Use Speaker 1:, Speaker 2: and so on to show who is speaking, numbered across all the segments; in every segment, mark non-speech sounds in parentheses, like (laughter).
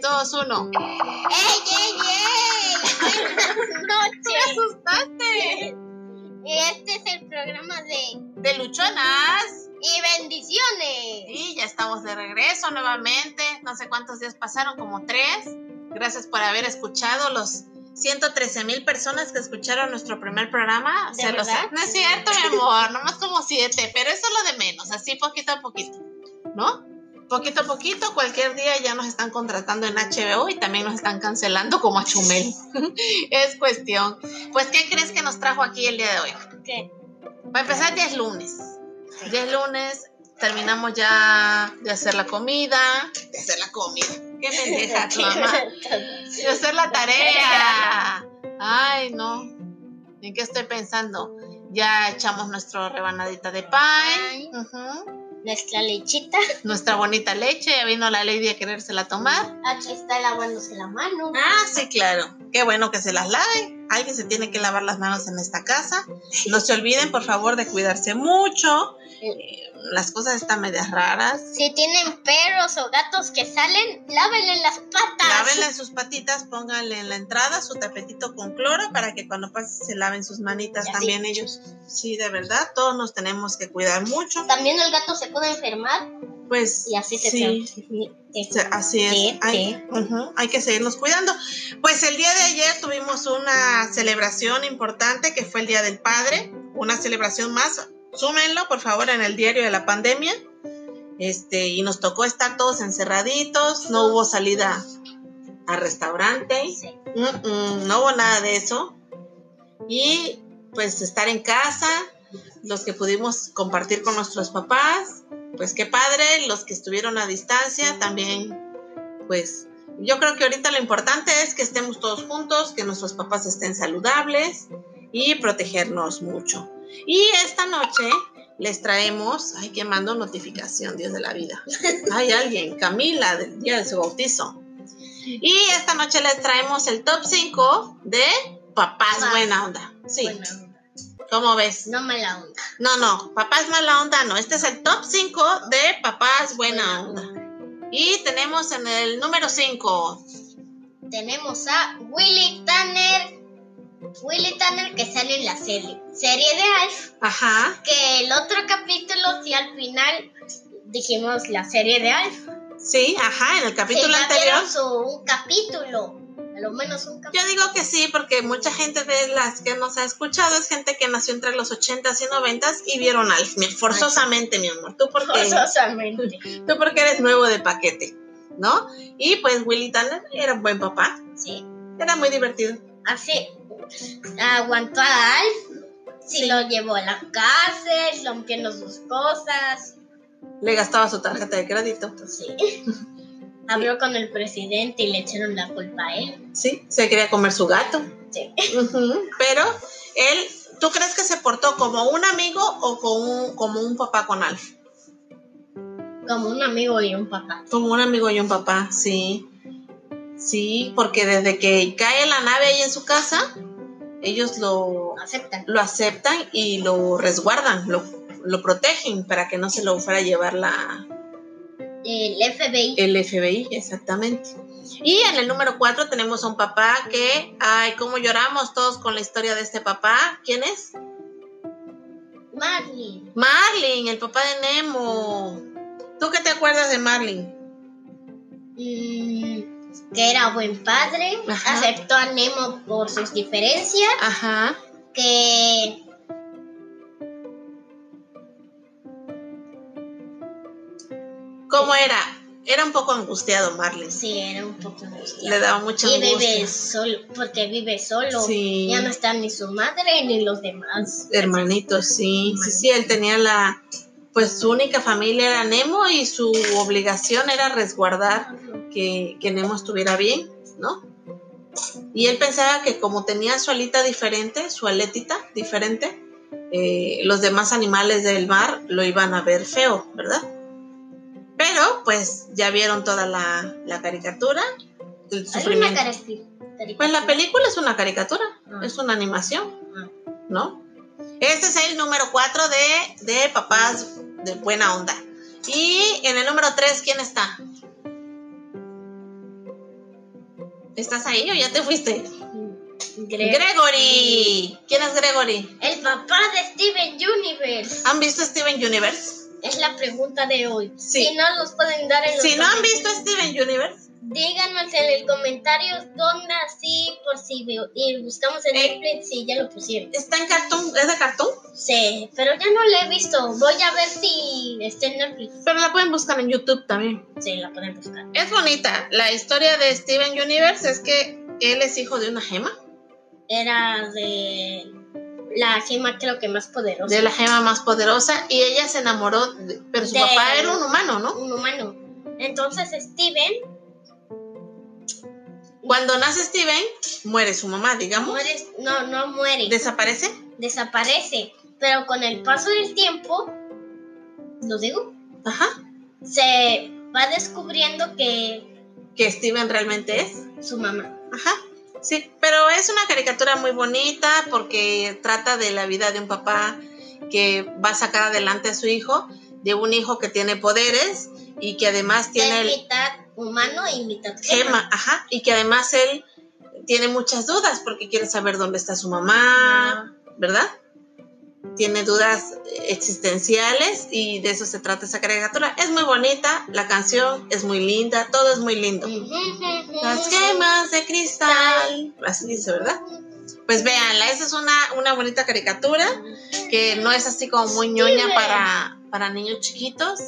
Speaker 1: dos, uno. ¡Ey, ey,
Speaker 2: (laughs)
Speaker 1: ey! ¡Te
Speaker 2: noches.
Speaker 1: asustaste!
Speaker 2: Este es el programa de
Speaker 1: ¡De luchonas!
Speaker 2: Y bendiciones.
Speaker 1: Y ya estamos de regreso nuevamente. No sé cuántos días pasaron, como tres. Gracias por haber escuchado los 113 mil personas que escucharon nuestro primer programa.
Speaker 2: ¿De
Speaker 1: Se los-
Speaker 2: verdad?
Speaker 1: No es cierto, mi amor, nomás como siete, pero eso es lo de menos, así poquito a poquito, ¿no? Poquito a poquito, cualquier día ya nos están contratando en HBO y también nos están cancelando como a Chumel. (laughs) es cuestión. Pues, ¿qué crees que nos trajo aquí el día de hoy?
Speaker 2: ¿Qué?
Speaker 1: Para empezar, ya es lunes. Ya es lunes, terminamos ya de hacer la comida. De hacer la comida. Qué pendeja (laughs) tu mamá. De hacer la tarea. Ay, no. ¿En qué estoy pensando? Ya echamos nuestra rebanadita de pan.
Speaker 2: Pan.
Speaker 1: ujú,
Speaker 2: Nuestra lechita.
Speaker 1: Nuestra bonita leche. Ya vino la lady a querérsela tomar.
Speaker 2: Aquí está lavándose la mano.
Speaker 1: Ah, sí, claro. Qué bueno que se las lave. Alguien se tiene que lavar las manos en esta casa. No se olviden, por favor, de cuidarse mucho. Eh, Las cosas están medias raras.
Speaker 2: Si tienen perros o gatos que salen, lávenle las patas.
Speaker 1: Lávenle sus patitas, pónganle en la entrada su tapetito con cloro para que cuando pasen se laven sus manitas
Speaker 2: Y así.
Speaker 1: también ellos. Sí, de verdad, todos nos tenemos que cuidar mucho.
Speaker 2: También el gato se puede enfermar Este,
Speaker 1: Pues
Speaker 2: y así se
Speaker 1: sí,
Speaker 2: se-
Speaker 1: se- Este, así es.
Speaker 2: Sí,
Speaker 1: Hay,
Speaker 2: sí.
Speaker 1: ujú, hay que seguirnos cuidando. Pues el día de ayer tuvimos una celebración importante que fue el Día del Padre, una celebración más. Súmenlo, por favor, en el diario de la pandemia. Este, y nos tocó estar todos encerraditos, no hubo salida a restaurantes.
Speaker 2: Sí.
Speaker 1: Mm-mm, no hubo nada de eso. Y pues estar en casa, los que pudimos compartir con nuestros papás, pues qué padre, los que estuvieron a distancia también, pues yo creo que ahorita lo importante es que estemos todos juntos, que nuestros papás estén saludables y protegernos mucho. Y esta noche les traemos, ay, que mando notificación, Dios de la vida. Hay alguien, Camila, del día de su bautizo. Y esta noche les traemos el top 5 de papás
Speaker 2: Papás.
Speaker 1: buena onda. Sí,
Speaker 2: Buena onda.
Speaker 1: ¿cómo ves?
Speaker 2: No me la onda.
Speaker 1: No, no, papás mala onda no. Este es el top 5 de papás buena onda. Y tenemos en el número 5.
Speaker 2: Tenemos a Willy Tanner. Willy Tanner que sale en la serie. Serie de Alf.
Speaker 1: Ajá.
Speaker 2: Que el otro capítulo, si al final dijimos la serie de Alf.
Speaker 1: Sí, ajá, en el capítulo
Speaker 2: Se
Speaker 1: anterior.
Speaker 2: llamaron su- un capítulo. A lo menos un capítulo.
Speaker 1: Yo digo que sí, porque mucha gente de las que nos ha escuchado es gente que nació entre los 80s y 90s y vieron Alf, mi- forzosamente, mi amor. Tú porque,
Speaker 2: Forzosamente.
Speaker 1: tú porque eres nuevo de paquete, ¿no? Y pues Willy Tanner era un buen papá,
Speaker 2: Sí.
Speaker 1: era muy divertido.
Speaker 2: Así. Aguantó a Alf. Sí, lo llevó a la cárcel, rompiendo sus cosas.
Speaker 1: Le gastaba su tarjeta de crédito. (laughs)
Speaker 2: Sí. Habló con el presidente y le echaron la culpa a él.
Speaker 1: Sí, se quería comer su gato.
Speaker 2: Sí.
Speaker 1: Ujú, Pero él, ¿tú crees que se portó como un amigo o como un, como un papá con Alf?
Speaker 2: Como un amigo y un papá.
Speaker 1: Como un amigo y un papá, sí. Sí, porque desde que cae la nave ahí en su casa, ellos lo,
Speaker 2: Aceptan.
Speaker 1: lo aceptan y lo resguardan, lo, lo protegen para que no se lo fuera a llevar la,
Speaker 2: El FBI.
Speaker 1: el FBI, exactamente. Y en el número 4 tenemos a un papá que, ay, cómo lloramos todos con la historia de este papá. ¿Quién es?
Speaker 2: Marlin.
Speaker 1: Marlin, el papá de Nemo. ¿Tú qué te acuerdas de Marlin?
Speaker 2: mm, que era buen padre.
Speaker 1: Ajá.
Speaker 2: Aceptó a Nemo por sus diferencias.
Speaker 1: Ajá.
Speaker 2: que
Speaker 1: ¿Cómo era? Era un poco angustiado Marlin.
Speaker 2: sí era un poco angustiado.
Speaker 1: Le daba mucha
Speaker 2: y vive
Speaker 1: angustia.
Speaker 2: solo porque vive solo
Speaker 1: Sí.
Speaker 2: ya no está ni su madre ni los demás
Speaker 1: Hermanito, sí. Sí, sí, él tenía la... Pues su única familia era Nemo y su obligación era resguardar que, que Nemo estuviera bien, ¿no? Y él pensaba que como tenía su alita diferente, su aletita diferente, eh, los demás animales del mar lo iban a ver feo, ¿verdad? Pero pues ya vieron toda la, la caricatura. El
Speaker 2: hay una
Speaker 1: sufrimiento.
Speaker 2: característica
Speaker 1: Pues la película es una caricatura,
Speaker 2: Ah.
Speaker 1: es una animación, ¿no? Este es el número 4 de, de Papás de Buena Onda. Y en el número 3, ¿quién está? ¿Estás ahí o ya te fuiste?
Speaker 2: mm, Gre-
Speaker 1: Gregory. ¿Quién es Gregory?
Speaker 2: El papá de Steven Universe.
Speaker 1: ¿Han visto Steven Universe?
Speaker 2: Es la pregunta de hoy.
Speaker 1: Sí.
Speaker 2: Si no nos pueden dar en los
Speaker 1: Si no han
Speaker 2: comentarios,
Speaker 1: visto Steven Universe,
Speaker 2: díganos en el comentario dónde así por si veo- y buscamos en
Speaker 1: Eh.
Speaker 2: Netflix si ya lo pusieron.
Speaker 1: está en cartoon, es de cartoon,
Speaker 2: Sí, pero ya no la he visto. Voy a ver si está en Netflix.
Speaker 1: pero la pueden buscar en YouTube también.
Speaker 2: Sí, la pueden buscar.
Speaker 1: Es bonita. La historia de Steven Universe es que él es hijo de una gema,
Speaker 2: Era de la gema creo que más poderosa.
Speaker 1: de la gema más poderosa, y ella se enamoró, de- pero su
Speaker 2: De-
Speaker 1: papá era un humano, ¿no?
Speaker 2: Un humano. Entonces Steven
Speaker 1: Cuando nace Steven, muere su mamá, digamos,
Speaker 2: muere, no, no muere,
Speaker 1: desaparece.
Speaker 2: desaparece. Pero con el paso del tiempo, lo digo,
Speaker 1: Ajá.
Speaker 2: se va descubriendo que
Speaker 1: Que Steven realmente es.
Speaker 2: su mamá.
Speaker 1: Ajá. Sí, pero es una caricatura muy bonita porque trata de la vida de un papá que va a sacar adelante a su hijo, de un hijo que tiene poderes y que además tiene el
Speaker 2: es mitad humano y mitad gema.
Speaker 1: gema, ajá, y que además él tiene muchas dudas porque quiere saber dónde está su mamá, ¿verdad? Tiene dudas eh, existenciales y de eso se trata esa caricatura. Es muy bonita, la canción es muy linda, todo es muy lindo. Las gemas de cristal. Así dice, ¿verdad? Pues véanla, esa es una, una bonita caricatura que no es así como muy ñoña
Speaker 2: Steven.
Speaker 1: para, para niños chiquitos.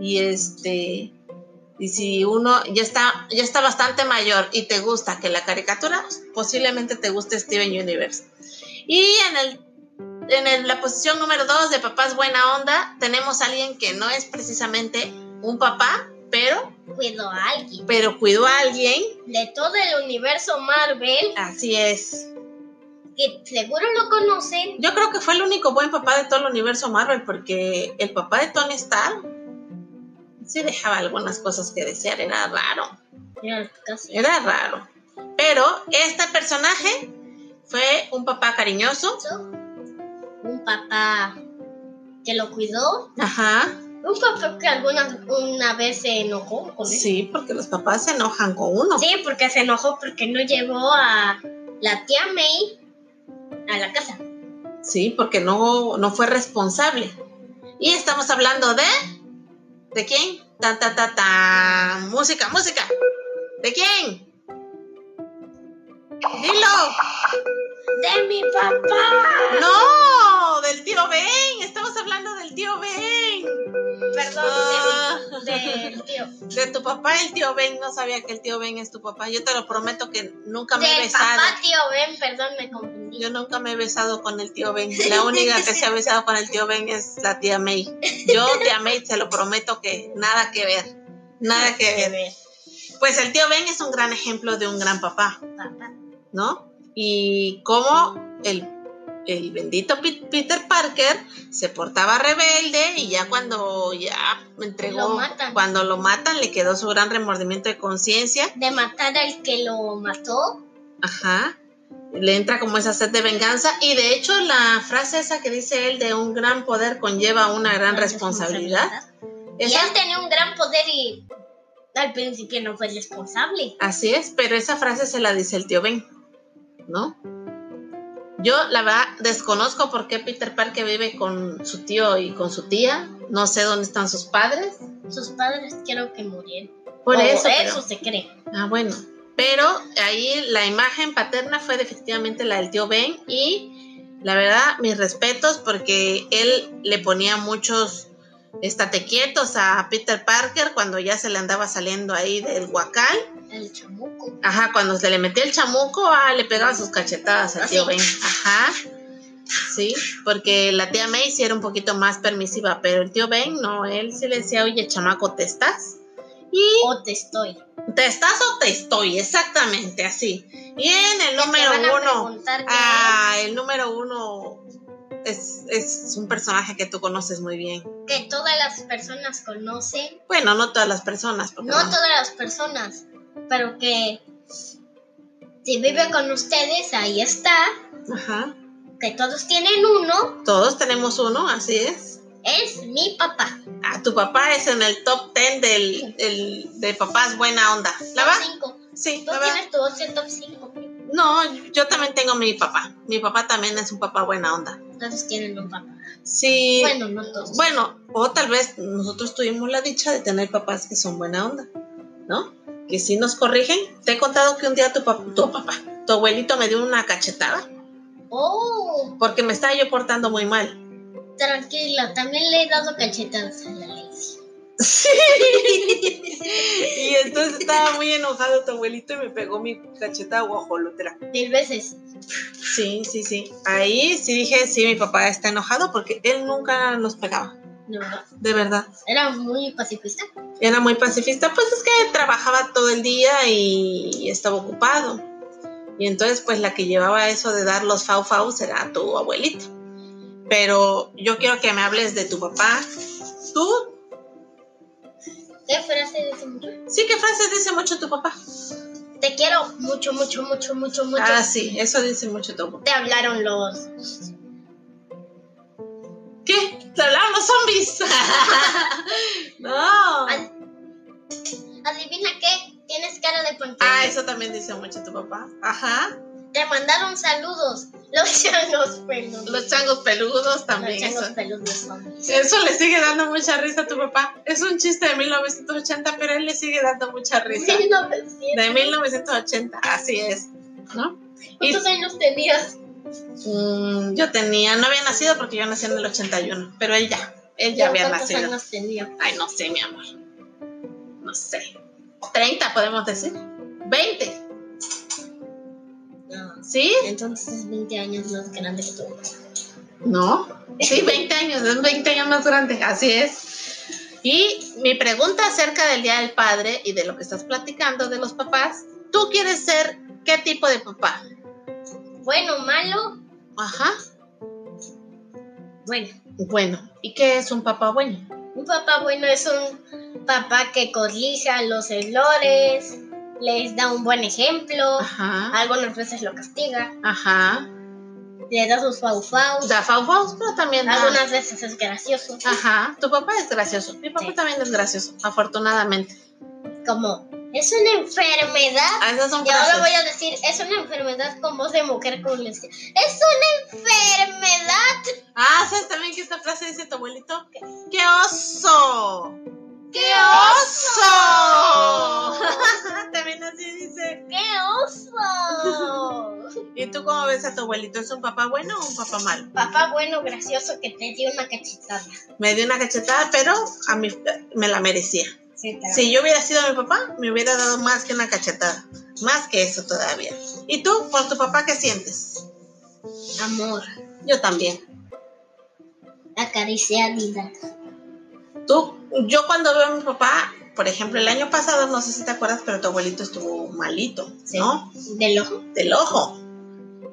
Speaker 1: Y este. Y si uno ya está, ya está bastante mayor y te gusta que la caricatura, pues posiblemente te guste Steven Universe. Y en el. En el- la posición número 2 de Papás Buena Onda tenemos a alguien que no es precisamente un papá, pero,
Speaker 2: Cuidó a alguien.
Speaker 1: pero cuidó a alguien
Speaker 2: De todo el universo Marvel,
Speaker 1: Así es.
Speaker 2: que seguro lo conocen,
Speaker 1: Yo creo que fue el único buen papá de todo el universo Marvel, porque el papá de Tony Stark sí dejaba algunas cosas que desear, era raro,
Speaker 2: Era casi
Speaker 1: era raro. Pero este personaje fue un papá cariñoso,
Speaker 2: un papá que lo cuidó,
Speaker 1: ajá,
Speaker 2: un papá que alguna una vez se enojó con él.
Speaker 1: sí, porque los papás se enojan con uno.
Speaker 2: Sí, porque se enojó porque no llevó a la tía May a la casa.
Speaker 1: Sí, porque no, no fue responsable. Y estamos hablando de. ¿De quién? Ta, ta, ta, ta. Música, música. ¿De quién? Dilo.
Speaker 2: ¡De mi papá!
Speaker 1: No, del tío Ben. Estamos hablando del tío Ben.
Speaker 2: Perdón,
Speaker 1: Ah,
Speaker 2: de mi- del
Speaker 1: (laughs)
Speaker 2: tío.
Speaker 1: de tu papá, el tío Ben. No sabía que el tío Ben es tu papá. Yo te lo prometo que nunca me he
Speaker 2: Del
Speaker 1: besado.
Speaker 2: papá, tío Ben, perdón, me confundí.
Speaker 1: Yo nunca me he besado con el tío Ben.
Speaker 2: (laughs)
Speaker 1: La única que se ha besado con el tío Ben es la tía May. Yo, tía May, te lo prometo que nada que ver. Nada que ver. Pues el tío Ben es un gran ejemplo de un gran papá,
Speaker 2: Papá.
Speaker 1: ¿no? Y cómo el, el bendito Pi- Peter Parker se portaba rebelde y ya cuando ya entregó,
Speaker 2: Lo matan.
Speaker 1: cuando lo matan, le quedó su gran remordimiento de conciencia.
Speaker 2: De matar al que lo mató.
Speaker 1: Ajá. Le entra como esa sed de venganza y de hecho la frase esa que dice él de un gran poder conlleva una gran responsabilidad.
Speaker 2: Y
Speaker 1: Esa-
Speaker 2: él tenía un gran poder y al principio no fue responsable.
Speaker 1: así es, pero esa frase se la dice el tío Ben, ¿no? Yo la verdad desconozco por qué Peter Parker vive con su tío y con su tía. No sé dónde están sus padres.
Speaker 2: Sus padres creo que murieron.
Speaker 1: Por
Speaker 2: O
Speaker 1: eso. pero-
Speaker 2: Eso se cree.
Speaker 1: Ah, bueno. Pero ahí la imagen paterna fue definitivamente la del tío Ben y la verdad, mis respetos porque él le ponía muchos estate quietos a Peter Parker cuando ya se le andaba saliendo ahí del huacal.
Speaker 2: El chamuco.
Speaker 1: Ajá, cuando se le metía el chamuco, ah, le pegaba sus cachetadas al
Speaker 2: Así.
Speaker 1: tío Ben. Ajá. Sí, porque la tía May sí era un poquito más permisiva, pero el tío Ben no, él sí le decía, oye, chamaco, ¿te estás? Y
Speaker 2: O te estoy.
Speaker 1: ¿Te estás o te estoy? Exactamente así. Y en el número
Speaker 2: te van a
Speaker 1: uno.
Speaker 2: preguntar qué
Speaker 1: Ah, el número uno es, es un personaje que tú conoces muy bien.
Speaker 2: que todas las personas conocen,
Speaker 1: Bueno, no todas las personas, porque
Speaker 2: no
Speaker 1: no-
Speaker 2: todas las personas, pero que si vive con ustedes, ahí está,
Speaker 1: Ajá.
Speaker 2: que todos tienen uno,
Speaker 1: Todos tenemos uno, así es.
Speaker 2: es mi papá.
Speaker 1: Ah, tu papá es en el top 10 del, el- de papás buena onda. ¿La
Speaker 2: Son
Speaker 1: va?
Speaker 2: cinco.
Speaker 1: Sí, la
Speaker 2: Tú
Speaker 1: verdad.
Speaker 2: tienes tu voz tóxico.
Speaker 1: No, yo también tengo mi papá. Mi papá también es un papá buena onda.
Speaker 2: Todos tienen un papá.
Speaker 1: Sí. Bueno,
Speaker 2: Bueno, no todos.
Speaker 1: o tal vez nosotros tuvimos la dicha de tener papás que son buena onda, ¿no? Que sí nos corrigen. Te he contado que un día tu, pap- tu papá, tu abuelito me dio una cachetada
Speaker 2: Oh,
Speaker 1: porque me estaba yo portando muy mal.
Speaker 2: tranquila, también le he dado cachetadas a la Lacey.
Speaker 1: Sí. Y entonces estaba muy enojado tu abuelito y me pegó mi cachetada guajolotera.
Speaker 2: Mil veces.
Speaker 1: Sí, sí, sí. Ahí sí dije, sí, mi papá está enojado porque él nunca nos pegaba,
Speaker 2: No,
Speaker 1: de verdad.
Speaker 2: era muy pacifista.
Speaker 1: Era muy pacifista, pues es que trabajaba todo el día y estaba ocupado. Y entonces, pues la que llevaba eso de dar los fau faus era tu abuelito. Pero yo quiero que me hables de tu papá. ¿Tú?
Speaker 2: ¿Qué frase de ese mucho?
Speaker 1: Sí, ¿qué frase dice mucho tu papá?
Speaker 2: Te quiero mucho, mucho, mucho, mucho, mucho.
Speaker 1: Ah, sí, eso dice mucho tu papá.
Speaker 2: Te hablaron los.
Speaker 1: ¿Qué? ¿Te hablaron los zombies? (laughs) no.
Speaker 2: Ad- Adivina qué, tienes cara de pantalón.
Speaker 1: Ah, eso también dice mucho tu papá. Ajá.
Speaker 2: Te mandaron saludos. Los changos peludos.
Speaker 1: Los changos peludos también.
Speaker 2: Los changos
Speaker 1: eso.
Speaker 2: peludos zombies.
Speaker 1: Eso le sigue dando mucha risa a tu papá. Es un chiste de 1980, pero él le sigue dando mucha risa.
Speaker 2: 1900.
Speaker 1: De 1980, así es. ¿No? Y
Speaker 2: ¿Cuántos años tenías?
Speaker 1: mm, yo tenía, no había nacido porque yo nací en el 81, pero él ya, él ya había
Speaker 2: ¿Cuántos
Speaker 1: nacido.
Speaker 2: años tenía?
Speaker 1: Ay, no sé, mi amor. No sé. 30 podemos decir. 20,
Speaker 2: No.
Speaker 1: ¿sí?
Speaker 2: Ah, Entonces es 20 años más grande que tú.
Speaker 1: No, sí, 20 años, es 20 años más grande, así es. Y mi pregunta acerca del Día del Padre y de lo que estás platicando de los papás, ¿tú quieres ser qué tipo de papá?
Speaker 2: Bueno, malo,
Speaker 1: Ajá,
Speaker 2: bueno.
Speaker 1: bueno, ¿y qué es un papá bueno?
Speaker 2: Un papá bueno es un papá que corrija los errores, les da un buen ejemplo,
Speaker 1: Ajá,
Speaker 2: algunas veces lo castiga,
Speaker 1: ajá.
Speaker 2: le da sus fau faus,
Speaker 1: Da faufos, pero también da-
Speaker 2: algunas veces es gracioso,
Speaker 1: Ajá, tu papá es gracioso, mi papá
Speaker 2: Sí.
Speaker 1: también es gracioso, afortunadamente.
Speaker 2: como es una enfermedad.
Speaker 1: Ah, esas son
Speaker 2: Y ahora
Speaker 1: frases.
Speaker 2: voy a decir, es una enfermedad con voz de mujer con lesbiana. ¡Es una enfermedad!
Speaker 1: Ah, ¿sabes también que esta frase dice tu abuelito? ¡Qué oso!
Speaker 2: ¡Qué
Speaker 1: oso! (laughs) También así dice.
Speaker 2: ¡Qué oso!
Speaker 1: ¿Y tú cómo ves a tu abuelito? ¿Es un papá bueno o un papá malo?
Speaker 2: Papá bueno, gracioso, que te dio una cachetada.
Speaker 1: Me dio una cachetada, pero a mí eh, me la merecía.
Speaker 2: Sí, te la-
Speaker 1: Si yo hubiera sido mi papá, me hubiera dado más que una cachetada. Más que eso todavía. ¿Y tú, por tu papá, qué sientes?
Speaker 2: Amor,
Speaker 1: Yo también.
Speaker 2: acariciadita.
Speaker 1: Tú, yo cuando veo a mi papá, por ejemplo, el año pasado, no sé si te acuerdas, pero tu abuelito estuvo malito,
Speaker 2: Sí.
Speaker 1: ¿no?
Speaker 2: Del ojo.
Speaker 1: del ojo.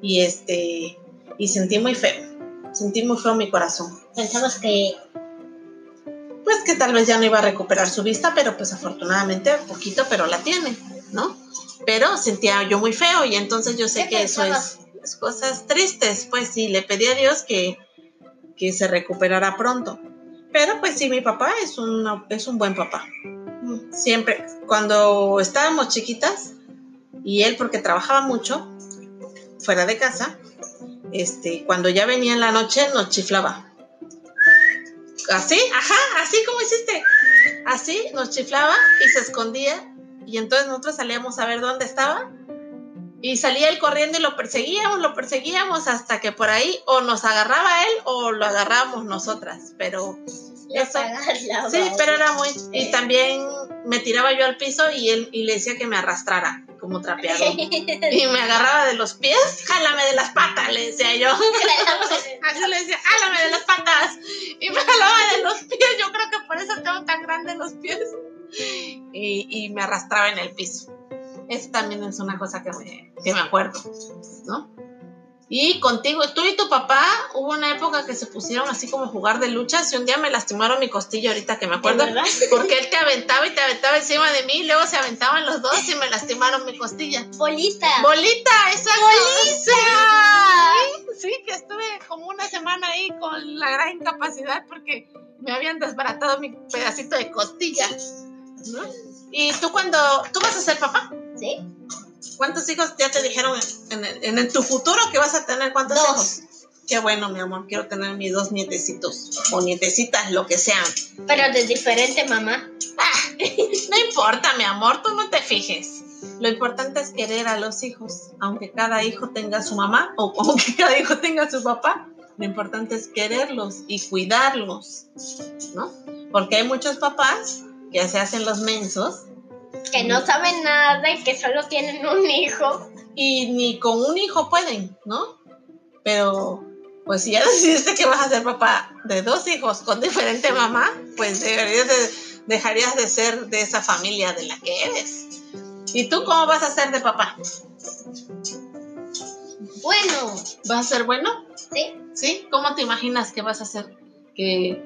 Speaker 1: Y este, y sentí muy feo. Sentí muy feo mi corazón.
Speaker 2: Pensamos que
Speaker 1: Pues que tal vez ya no iba a recuperar su vista, pero pues afortunadamente poquito, pero la tiene, ¿no? Pero sentía yo muy feo y entonces yo sé
Speaker 2: ¿Qué
Speaker 1: que eso es,
Speaker 2: pensabas?
Speaker 1: es cosas tristes, pues sí, le pedí a Dios que, que se recuperara pronto. Pero pues sí, mi papá es, una- es un buen papá.
Speaker 2: mm,
Speaker 1: Siempre, cuando estábamos chiquitas, y él porque trabajaba mucho fuera de casa, este, cuando ya venía en la noche nos chiflaba. Así, ajá, así como hiciste. Así nos chiflaba y se escondía. Y entonces nosotros salíamos a ver dónde estaba. Y salía él corriendo y lo perseguíamos, lo perseguíamos hasta que por ahí o nos agarraba él o lo agarrábamos nosotras. Pero
Speaker 2: le
Speaker 1: Eso.
Speaker 2: pagas la
Speaker 1: Sí,
Speaker 2: voz. (laughs)
Speaker 1: pero era muy... Y también me tiraba yo al piso y él y le decía que me arrastrara como (laughs) trapeador. Y me agarraba de los pies, jálame de las patas, le decía yo. (laughs) Así Ah, le decía, jálame de las patas. Y me jalaba de los pies, yo creo que por eso tengo tan grandes los pies. Y, y me arrastraba en el piso. Eso también es una cosa que me, que me acuerdo, ¿no? Y contigo, tú y tu papá, hubo una época que se pusieron así como a jugar de luchas y un día me lastimaron mi costilla ahorita que me
Speaker 2: ¿De
Speaker 1: acuerdo.
Speaker 2: verdad?
Speaker 1: Porque él te aventaba y te aventaba encima de mí, y luego se aventaban los dos y me lastimaron mi costilla.
Speaker 2: Bolita.
Speaker 1: ¡Bolita! ¡Esa bolita! Sí, sí, que estuve como una semana ahí con la gran incapacidad porque me habían desbaratado mi pedacito de costilla. ¿no? ¿Y tú cuando... ¿Tú vas a ser papá?
Speaker 2: ¿Sí?
Speaker 1: ¿Cuántos hijos ya te dijeron en, el- en el- tu futuro que vas a tener? ¿Cuántos
Speaker 2: Dos.
Speaker 1: hijos? Qué bueno, mi amor, quiero tener mis dos nietecitos o nietecitas, lo que sean.
Speaker 2: Pero de diferente mamá.
Speaker 1: No importa, mi amor, tú no te fijes. Lo importante es querer a los hijos, aunque cada hijo tenga su mamá o (laughs) aunque cada hijo tenga su papá. Lo importante es quererlos y cuidarlos, ¿no? Porque hay muchos papás que se hacen los mensos
Speaker 2: Que no saben nada y que solo tienen un hijo.
Speaker 1: y ni con un hijo pueden, ¿no? Pero, pues si ya (laughs) decidiste que vas a ser papá de dos hijos con diferente mamá, pues deberías de- dejarías de ser de esa familia de la que eres. ¿Y tú cómo vas a ser de papá?
Speaker 2: Bueno,
Speaker 1: ¿Vas a ser bueno?
Speaker 2: sí.
Speaker 1: ¿Sí? ¿Cómo te imaginas que vas a ser? Que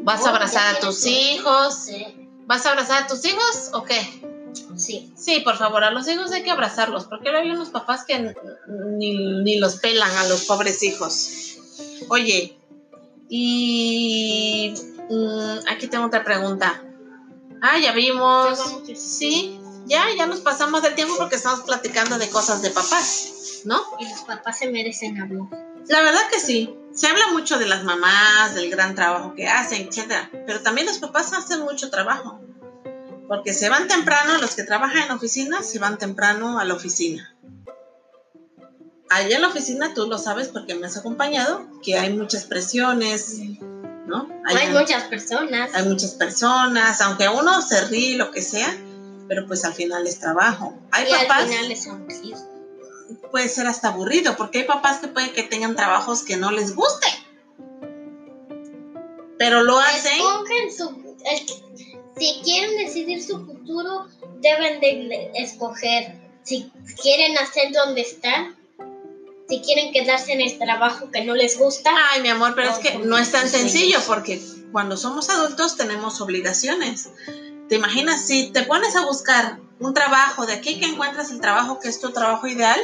Speaker 1: vas a
Speaker 2: Bueno,
Speaker 1: abrazar
Speaker 2: Oh, ya
Speaker 1: a tus
Speaker 2: tienes-
Speaker 1: hijos.
Speaker 2: Sí.
Speaker 1: ¿Vas a abrazar a tus hijos o qué?
Speaker 2: Sí.
Speaker 1: Sí, por favor, a los hijos hay que abrazarlos, porque luego hay unos papás que n- ni, ni los pelan a los pobres hijos. Oye, y mm, aquí tengo otra pregunta. Ah, ya vimos. Sí, ya, ya nos pasamos del tiempo porque estamos platicando de cosas de papás, ¿no?
Speaker 2: Y los papás se merecen hablar.
Speaker 1: La verdad que sí. Se habla mucho de las mamás, del gran trabajo que hacen, etcétera. Pero también los papás hacen mucho trabajo. Porque se van temprano, los que trabajan en oficinas se van temprano a la oficina. Allá en la oficina tú lo sabes porque me has acompañado, que hay muchas presiones, ¿no? Allá
Speaker 2: Hay muchas personas.
Speaker 1: hay muchas personas, aunque uno se ríe, lo que sea, pero pues al final es trabajo. Hay
Speaker 2: y
Speaker 1: papás
Speaker 2: al final les sonríes.
Speaker 1: puede ser hasta aburrido, porque hay papás que puede que tengan trabajos que no les gusten. Pero lo hacen.
Speaker 2: Escogen su. el- si quieren decidir su futuro, deben de escoger. Si quieren hacer donde están, si quieren quedarse en el trabajo que no les gusta.
Speaker 1: Ay, mi amor, pero es que no es tan
Speaker 2: Sí.
Speaker 1: sencillo, porque cuando somos adultos tenemos obligaciones. ¿Te imaginas? Si te pones a buscar un trabajo de aquí que encuentras el trabajo que es tu trabajo ideal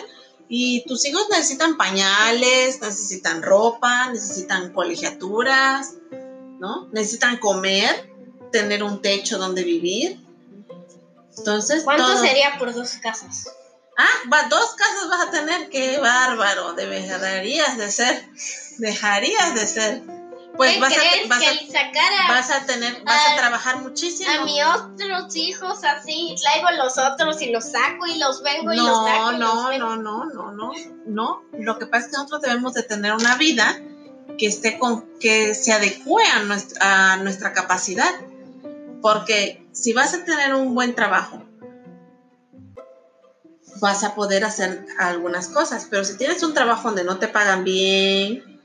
Speaker 1: y tus hijos necesitan pañales, necesitan ropa, necesitan colegiaturas, ¿no? Necesitan comer, tener un techo donde vivir. Entonces,
Speaker 2: ¿Cuánto
Speaker 1: todo-
Speaker 2: sería por dos casas?
Speaker 1: Ah, va, dos casas vas a tener, qué bárbaro, dejarías de ser, dejarías de ser. Pues
Speaker 2: ¿Qué
Speaker 1: vas a,
Speaker 2: crees
Speaker 1: vas,
Speaker 2: que
Speaker 1: a,
Speaker 2: al sacar a,
Speaker 1: vas a tener, vas a
Speaker 2: a-
Speaker 1: trabajar muchísimo.
Speaker 2: a mis otros hijos así, traigo los otros y los saco y los vengo y los
Speaker 1: No,
Speaker 2: saco? y los
Speaker 1: no,
Speaker 2: vengo?
Speaker 1: no, no, no, no, no. Lo que pasa es que nosotros debemos de tener una vida que esté con, que se adecue a nuestra, a nuestra capacidad. Porque si vas a tener un buen trabajo, vas a poder hacer algunas cosas. Pero si tienes un trabajo donde no te pagan bien,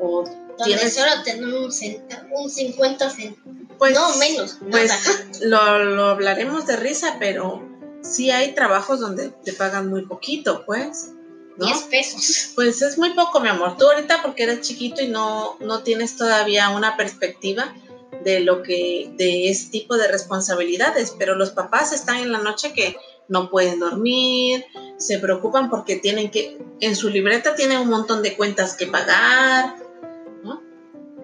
Speaker 1: o
Speaker 2: Donde
Speaker 1: tienes-
Speaker 2: solo tenemos un, cent- un 50 centavos.
Speaker 1: pues
Speaker 2: no, menos.
Speaker 1: pues
Speaker 2: nada.
Speaker 1: lo, lo hablaremos de risa, pero sí hay trabajos donde te pagan muy poquito, pues. ¿no?
Speaker 2: 10 pesos.
Speaker 1: Pues es muy poco, mi amor. Tú ahorita porque eres chiquito y no, no tienes todavía una perspectiva de lo que, de ese tipo de responsabilidades, pero los papás están en la noche que no pueden dormir, se preocupan porque tienen que, en su libreta tienen un montón de cuentas que pagar, ¿no?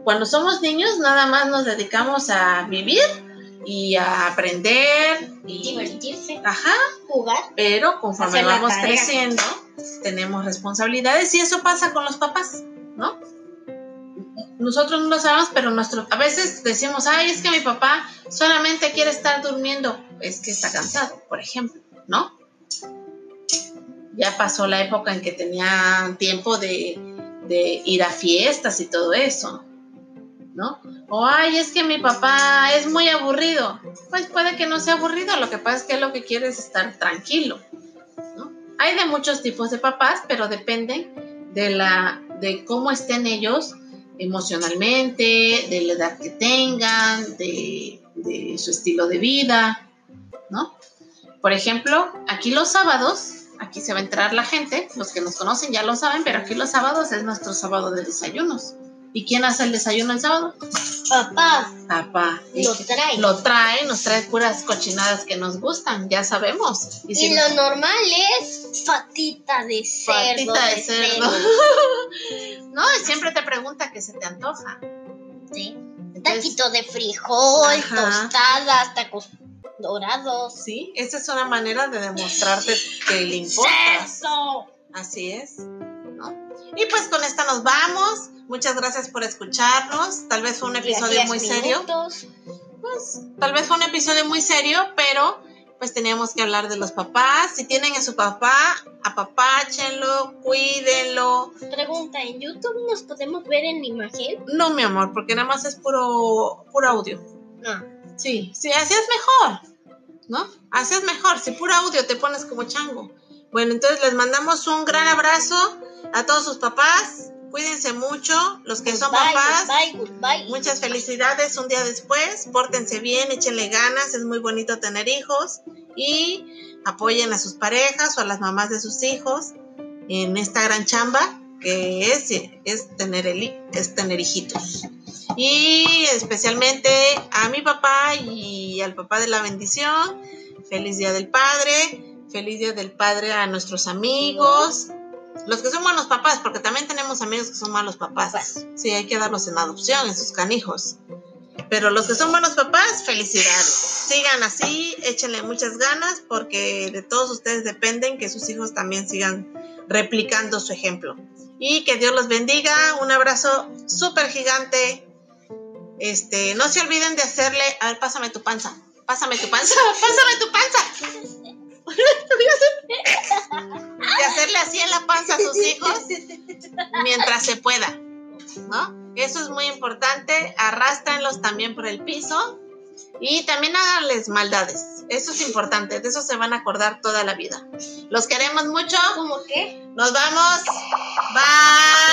Speaker 1: Cuando somos niños nada más nos dedicamos a vivir y a aprender y...
Speaker 2: Divertirse,
Speaker 1: Ajá,
Speaker 2: jugar.
Speaker 1: pero conforme
Speaker 2: Hacer la
Speaker 1: vamos
Speaker 2: tarea.
Speaker 1: creciendo, tenemos responsabilidades y eso pasa con los papás, ¿no? Nosotros no lo sabemos, pero nuestro, a veces decimos, ay, es que mi papá solamente quiere estar durmiendo, es que está cansado, por ejemplo, ¿no? Ya pasó la época en que tenía tiempo de, de ir a fiestas y todo eso, ¿no? O, ay, es que mi papá es muy aburrido, pues puede que no sea aburrido, lo que pasa es que lo que quiere es estar tranquilo. ¿no? Hay de muchos tipos de papás, pero dependen de, la, de cómo estén ellos emocionalmente, de la edad que tengan, de, de su estilo de vida, ¿no? Por ejemplo, aquí los sábados, aquí se va a entrar la gente, los que nos conocen ya lo saben, pero aquí los sábados es nuestro sábado de desayunos. ¿Y quién hace el desayuno el sábado?
Speaker 2: Papá,
Speaker 1: Papá. ¿Y
Speaker 2: los trae.
Speaker 1: lo trae, nos trae puras cochinadas que nos gustan, ya sabemos. Y si
Speaker 2: y
Speaker 1: nos-
Speaker 2: lo normal es patita de cerdo.
Speaker 1: Patita de cerdo. (laughs) no, siempre te pregunta que se te antoja.
Speaker 2: Sí.
Speaker 1: Entonces,
Speaker 2: Taquito de frijol,
Speaker 1: Ajá.
Speaker 2: tostadas, tacos dorados.
Speaker 1: Sí, esa es una manera de demostrarte que le importas.
Speaker 2: ¡Eso!
Speaker 1: Así es. ¿no? Y pues con esta nos vamos. Muchas gracias por escucharnos. Tal vez fue un episodio
Speaker 2: 10
Speaker 1: muy serio.
Speaker 2: minutos.
Speaker 1: Pues, tal vez fue un episodio muy serio, pero pues teníamos que hablar de los papás. Si tienen a su papá, apapáchenlo, cuídenlo.
Speaker 2: Pregunta, ¿en YouTube nos podemos ver en imagen?
Speaker 1: No, mi amor, porque nada más es puro, puro audio.
Speaker 2: No.
Speaker 1: Sí, sí, así es mejor, ¿no? Así es mejor, si puro audio te pones como chango. Bueno, entonces les mandamos un gran abrazo a todos sus papás, cuídense mucho, los que son papás,
Speaker 2: Pues Bye, goodbye.
Speaker 1: muchas felicidades un día después, pórtense bien, échenle ganas, es muy bonito tener hijos y apoyen a sus parejas o a las mamás de sus hijos en esta gran chamba que es, es, tener, el, hi- es tener hijitos. Y especialmente a mi papá y al papá de la bendición, feliz día del padre, feliz día del padre a nuestros amigos, los que son buenos papás, porque también tenemos amigos que son malos papás.
Speaker 2: Papás.
Speaker 1: Sí, hay que darlos en adopción, en sus canijos. Pero los que son buenos papás, felicidades. Sigan así, échenle muchas ganas, porque de todos ustedes dependen que sus hijos también sigan replicando su ejemplo. Y que Dios los bendiga. Un abrazo súper gigante. Este, no se olviden de hacerle. A ver, pásame tu panza. Pásame tu panza. (laughs) Pásame tu panza. (laughs) De hacerle así en la panza a sus hijos
Speaker 2: (laughs)
Speaker 1: mientras se pueda, ¿no? Eso es muy importante. Arrástranlos también por el piso y también háganles maldades. Eso es importante. De eso se van a acordar toda la vida. Los queremos mucho.
Speaker 2: ¿Cómo qué?
Speaker 1: Nos vamos. Bye.